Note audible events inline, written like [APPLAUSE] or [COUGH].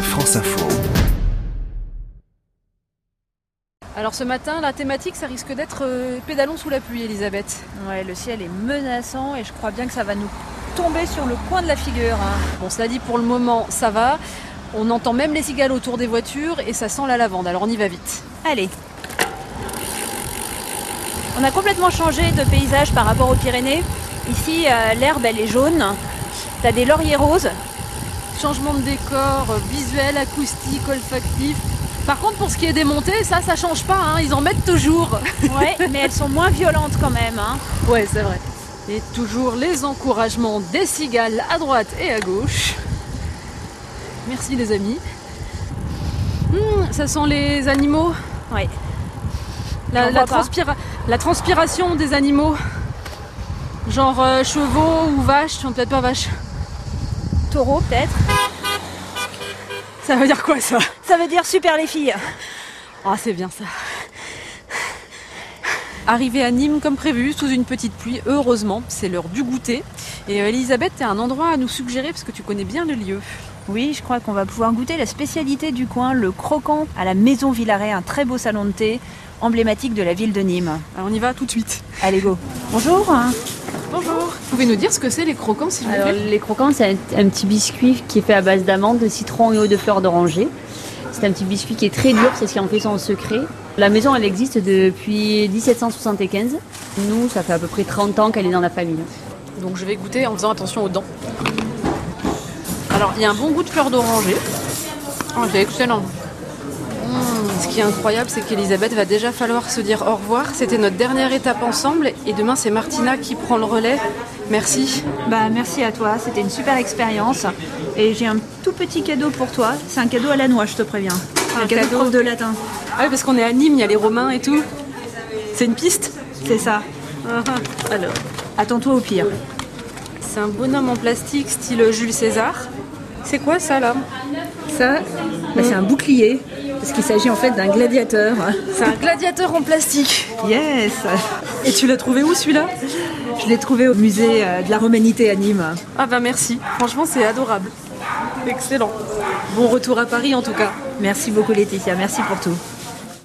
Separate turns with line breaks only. France Info.
Alors ce matin, la thématique, ça risque d'être euh, pédalons sous la pluie, Elisabeth.
Ouais, le ciel est menaçant et je crois bien que ça va nous tomber sur le coin de la figure. hein.
Bon, cela dit, pour le moment, ça va. On entend même les cigales autour des voitures et ça sent la lavande, alors on y va vite.
Allez. On a complètement changé de paysage par rapport aux Pyrénées. Ici, euh, l'herbe, elle est jaune. T'as des lauriers roses.
Changement de décor, euh, visuel, acoustique, olfactif. Par contre, pour ce qui est des montées, ça, ça change pas, hein, ils en mettent toujours.
Ouais, [LAUGHS] mais elles sont moins violentes quand même. hein.
Ouais, c'est vrai. Et toujours les encouragements des cigales à droite et à gauche. Merci les amis. Hmm, ça sent les animaux.
Ouais.
La,
J'en
la
vois pas.
transpira- la transpiration des animaux. Genre euh, chevaux ou vaches, non peut-être pas vaches.
Taureau, peut-être.
Ça veut dire quoi ça
Ça veut dire super les filles.
Ah c'est bien ça. Arrivé à Nîmes comme prévu, sous une petite pluie, heureusement, c'est l'heure du goûter. Et euh, Elisabeth, t'as un endroit à nous suggérer parce que tu connais bien le lieu.
Oui, je crois qu'on va pouvoir goûter la spécialité du coin, le croquant, à la Maison Villaret, un très beau salon de thé emblématique de la ville de Nîmes.
Alors on y va tout de suite.
Allez, go. Bonjour.
Bonjour. Vous pouvez nous dire ce que c'est les croquants, s'il vous
Alors,
plaît
les croquants, c'est un, un petit biscuit qui est fait à base d'amandes, de citron et eau de fleur d'oranger. C'est un petit biscuit qui est très dur, c'est ce qui en fait son secret. La maison, elle existe depuis 1775. Nous, ça fait à peu près 30 ans qu'elle est dans la famille.
Donc je vais goûter en faisant attention aux dents. Alors il y a un bon goût de fleur d'oranger. Oh, c'est excellent. Mmh, Ce qui est incroyable, c'est qu'Elisabeth va déjà falloir se dire au revoir. C'était notre dernière étape ensemble et demain c'est Martina qui prend le relais. Merci.
Bah, merci à toi, c'était une super expérience. Et j'ai un tout petit cadeau pour toi. C'est un cadeau à la noix, je te préviens.
Un
Un, cadeau, de
cadeau.
prof de latin.
Ah oui, parce qu'on est à Nîmes, il y a les Romains et tout. C'est une piste
[LAUGHS]
C'est ça.
Alors,
Attends-toi au pire.
c'est un bonhomme en plastique style Jules César. C'est quoi ça là
Ça, bah, c'est un bouclier, parce qu'il s'agit en fait d'un gladiateur.
C'est un gladiateur en plastique.
Yes
Et tu l'as trouvé où celui-là
Je l'ai trouvé au musée euh, de la Romanité à Nîmes.
Ah bah merci, franchement c'est adorable. Excellent. Bon retour à Paris en tout cas.
Merci beaucoup Laetitia, merci pour tout.